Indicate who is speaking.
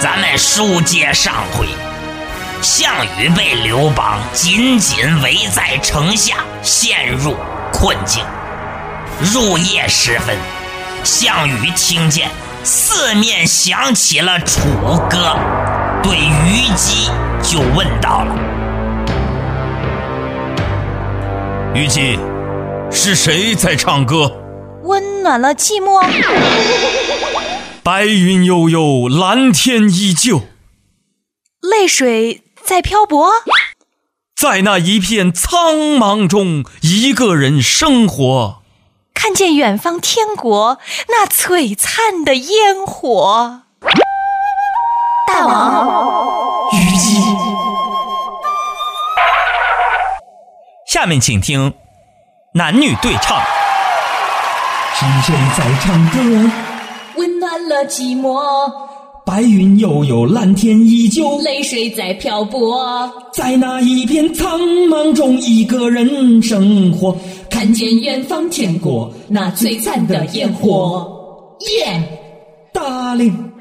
Speaker 1: 再书接上回，项羽被刘邦紧紧围在城下，陷入困境。入夜时分，项羽听见四面响起了楚歌，对虞姬就问到了
Speaker 2: 虞姬，是谁在唱歌？
Speaker 3: 温暖了寂寞。
Speaker 2: 白云悠悠，蓝天依旧，
Speaker 3: 泪水在漂泊，
Speaker 2: 在那一片苍茫中，一个人生活。
Speaker 3: 看见远方天国那璀璨的烟火。大王，
Speaker 1: 虞姬。
Speaker 2: 下面请听男女对唱。
Speaker 4: 是谁在唱歌？
Speaker 5: 温暖了寂寞，
Speaker 4: 白云悠悠，蓝天依旧，
Speaker 5: 泪水在漂泊。
Speaker 4: 在那一片苍茫中，一个人生活。
Speaker 5: 看见远方天国那璀璨的烟火，耶、
Speaker 4: 大令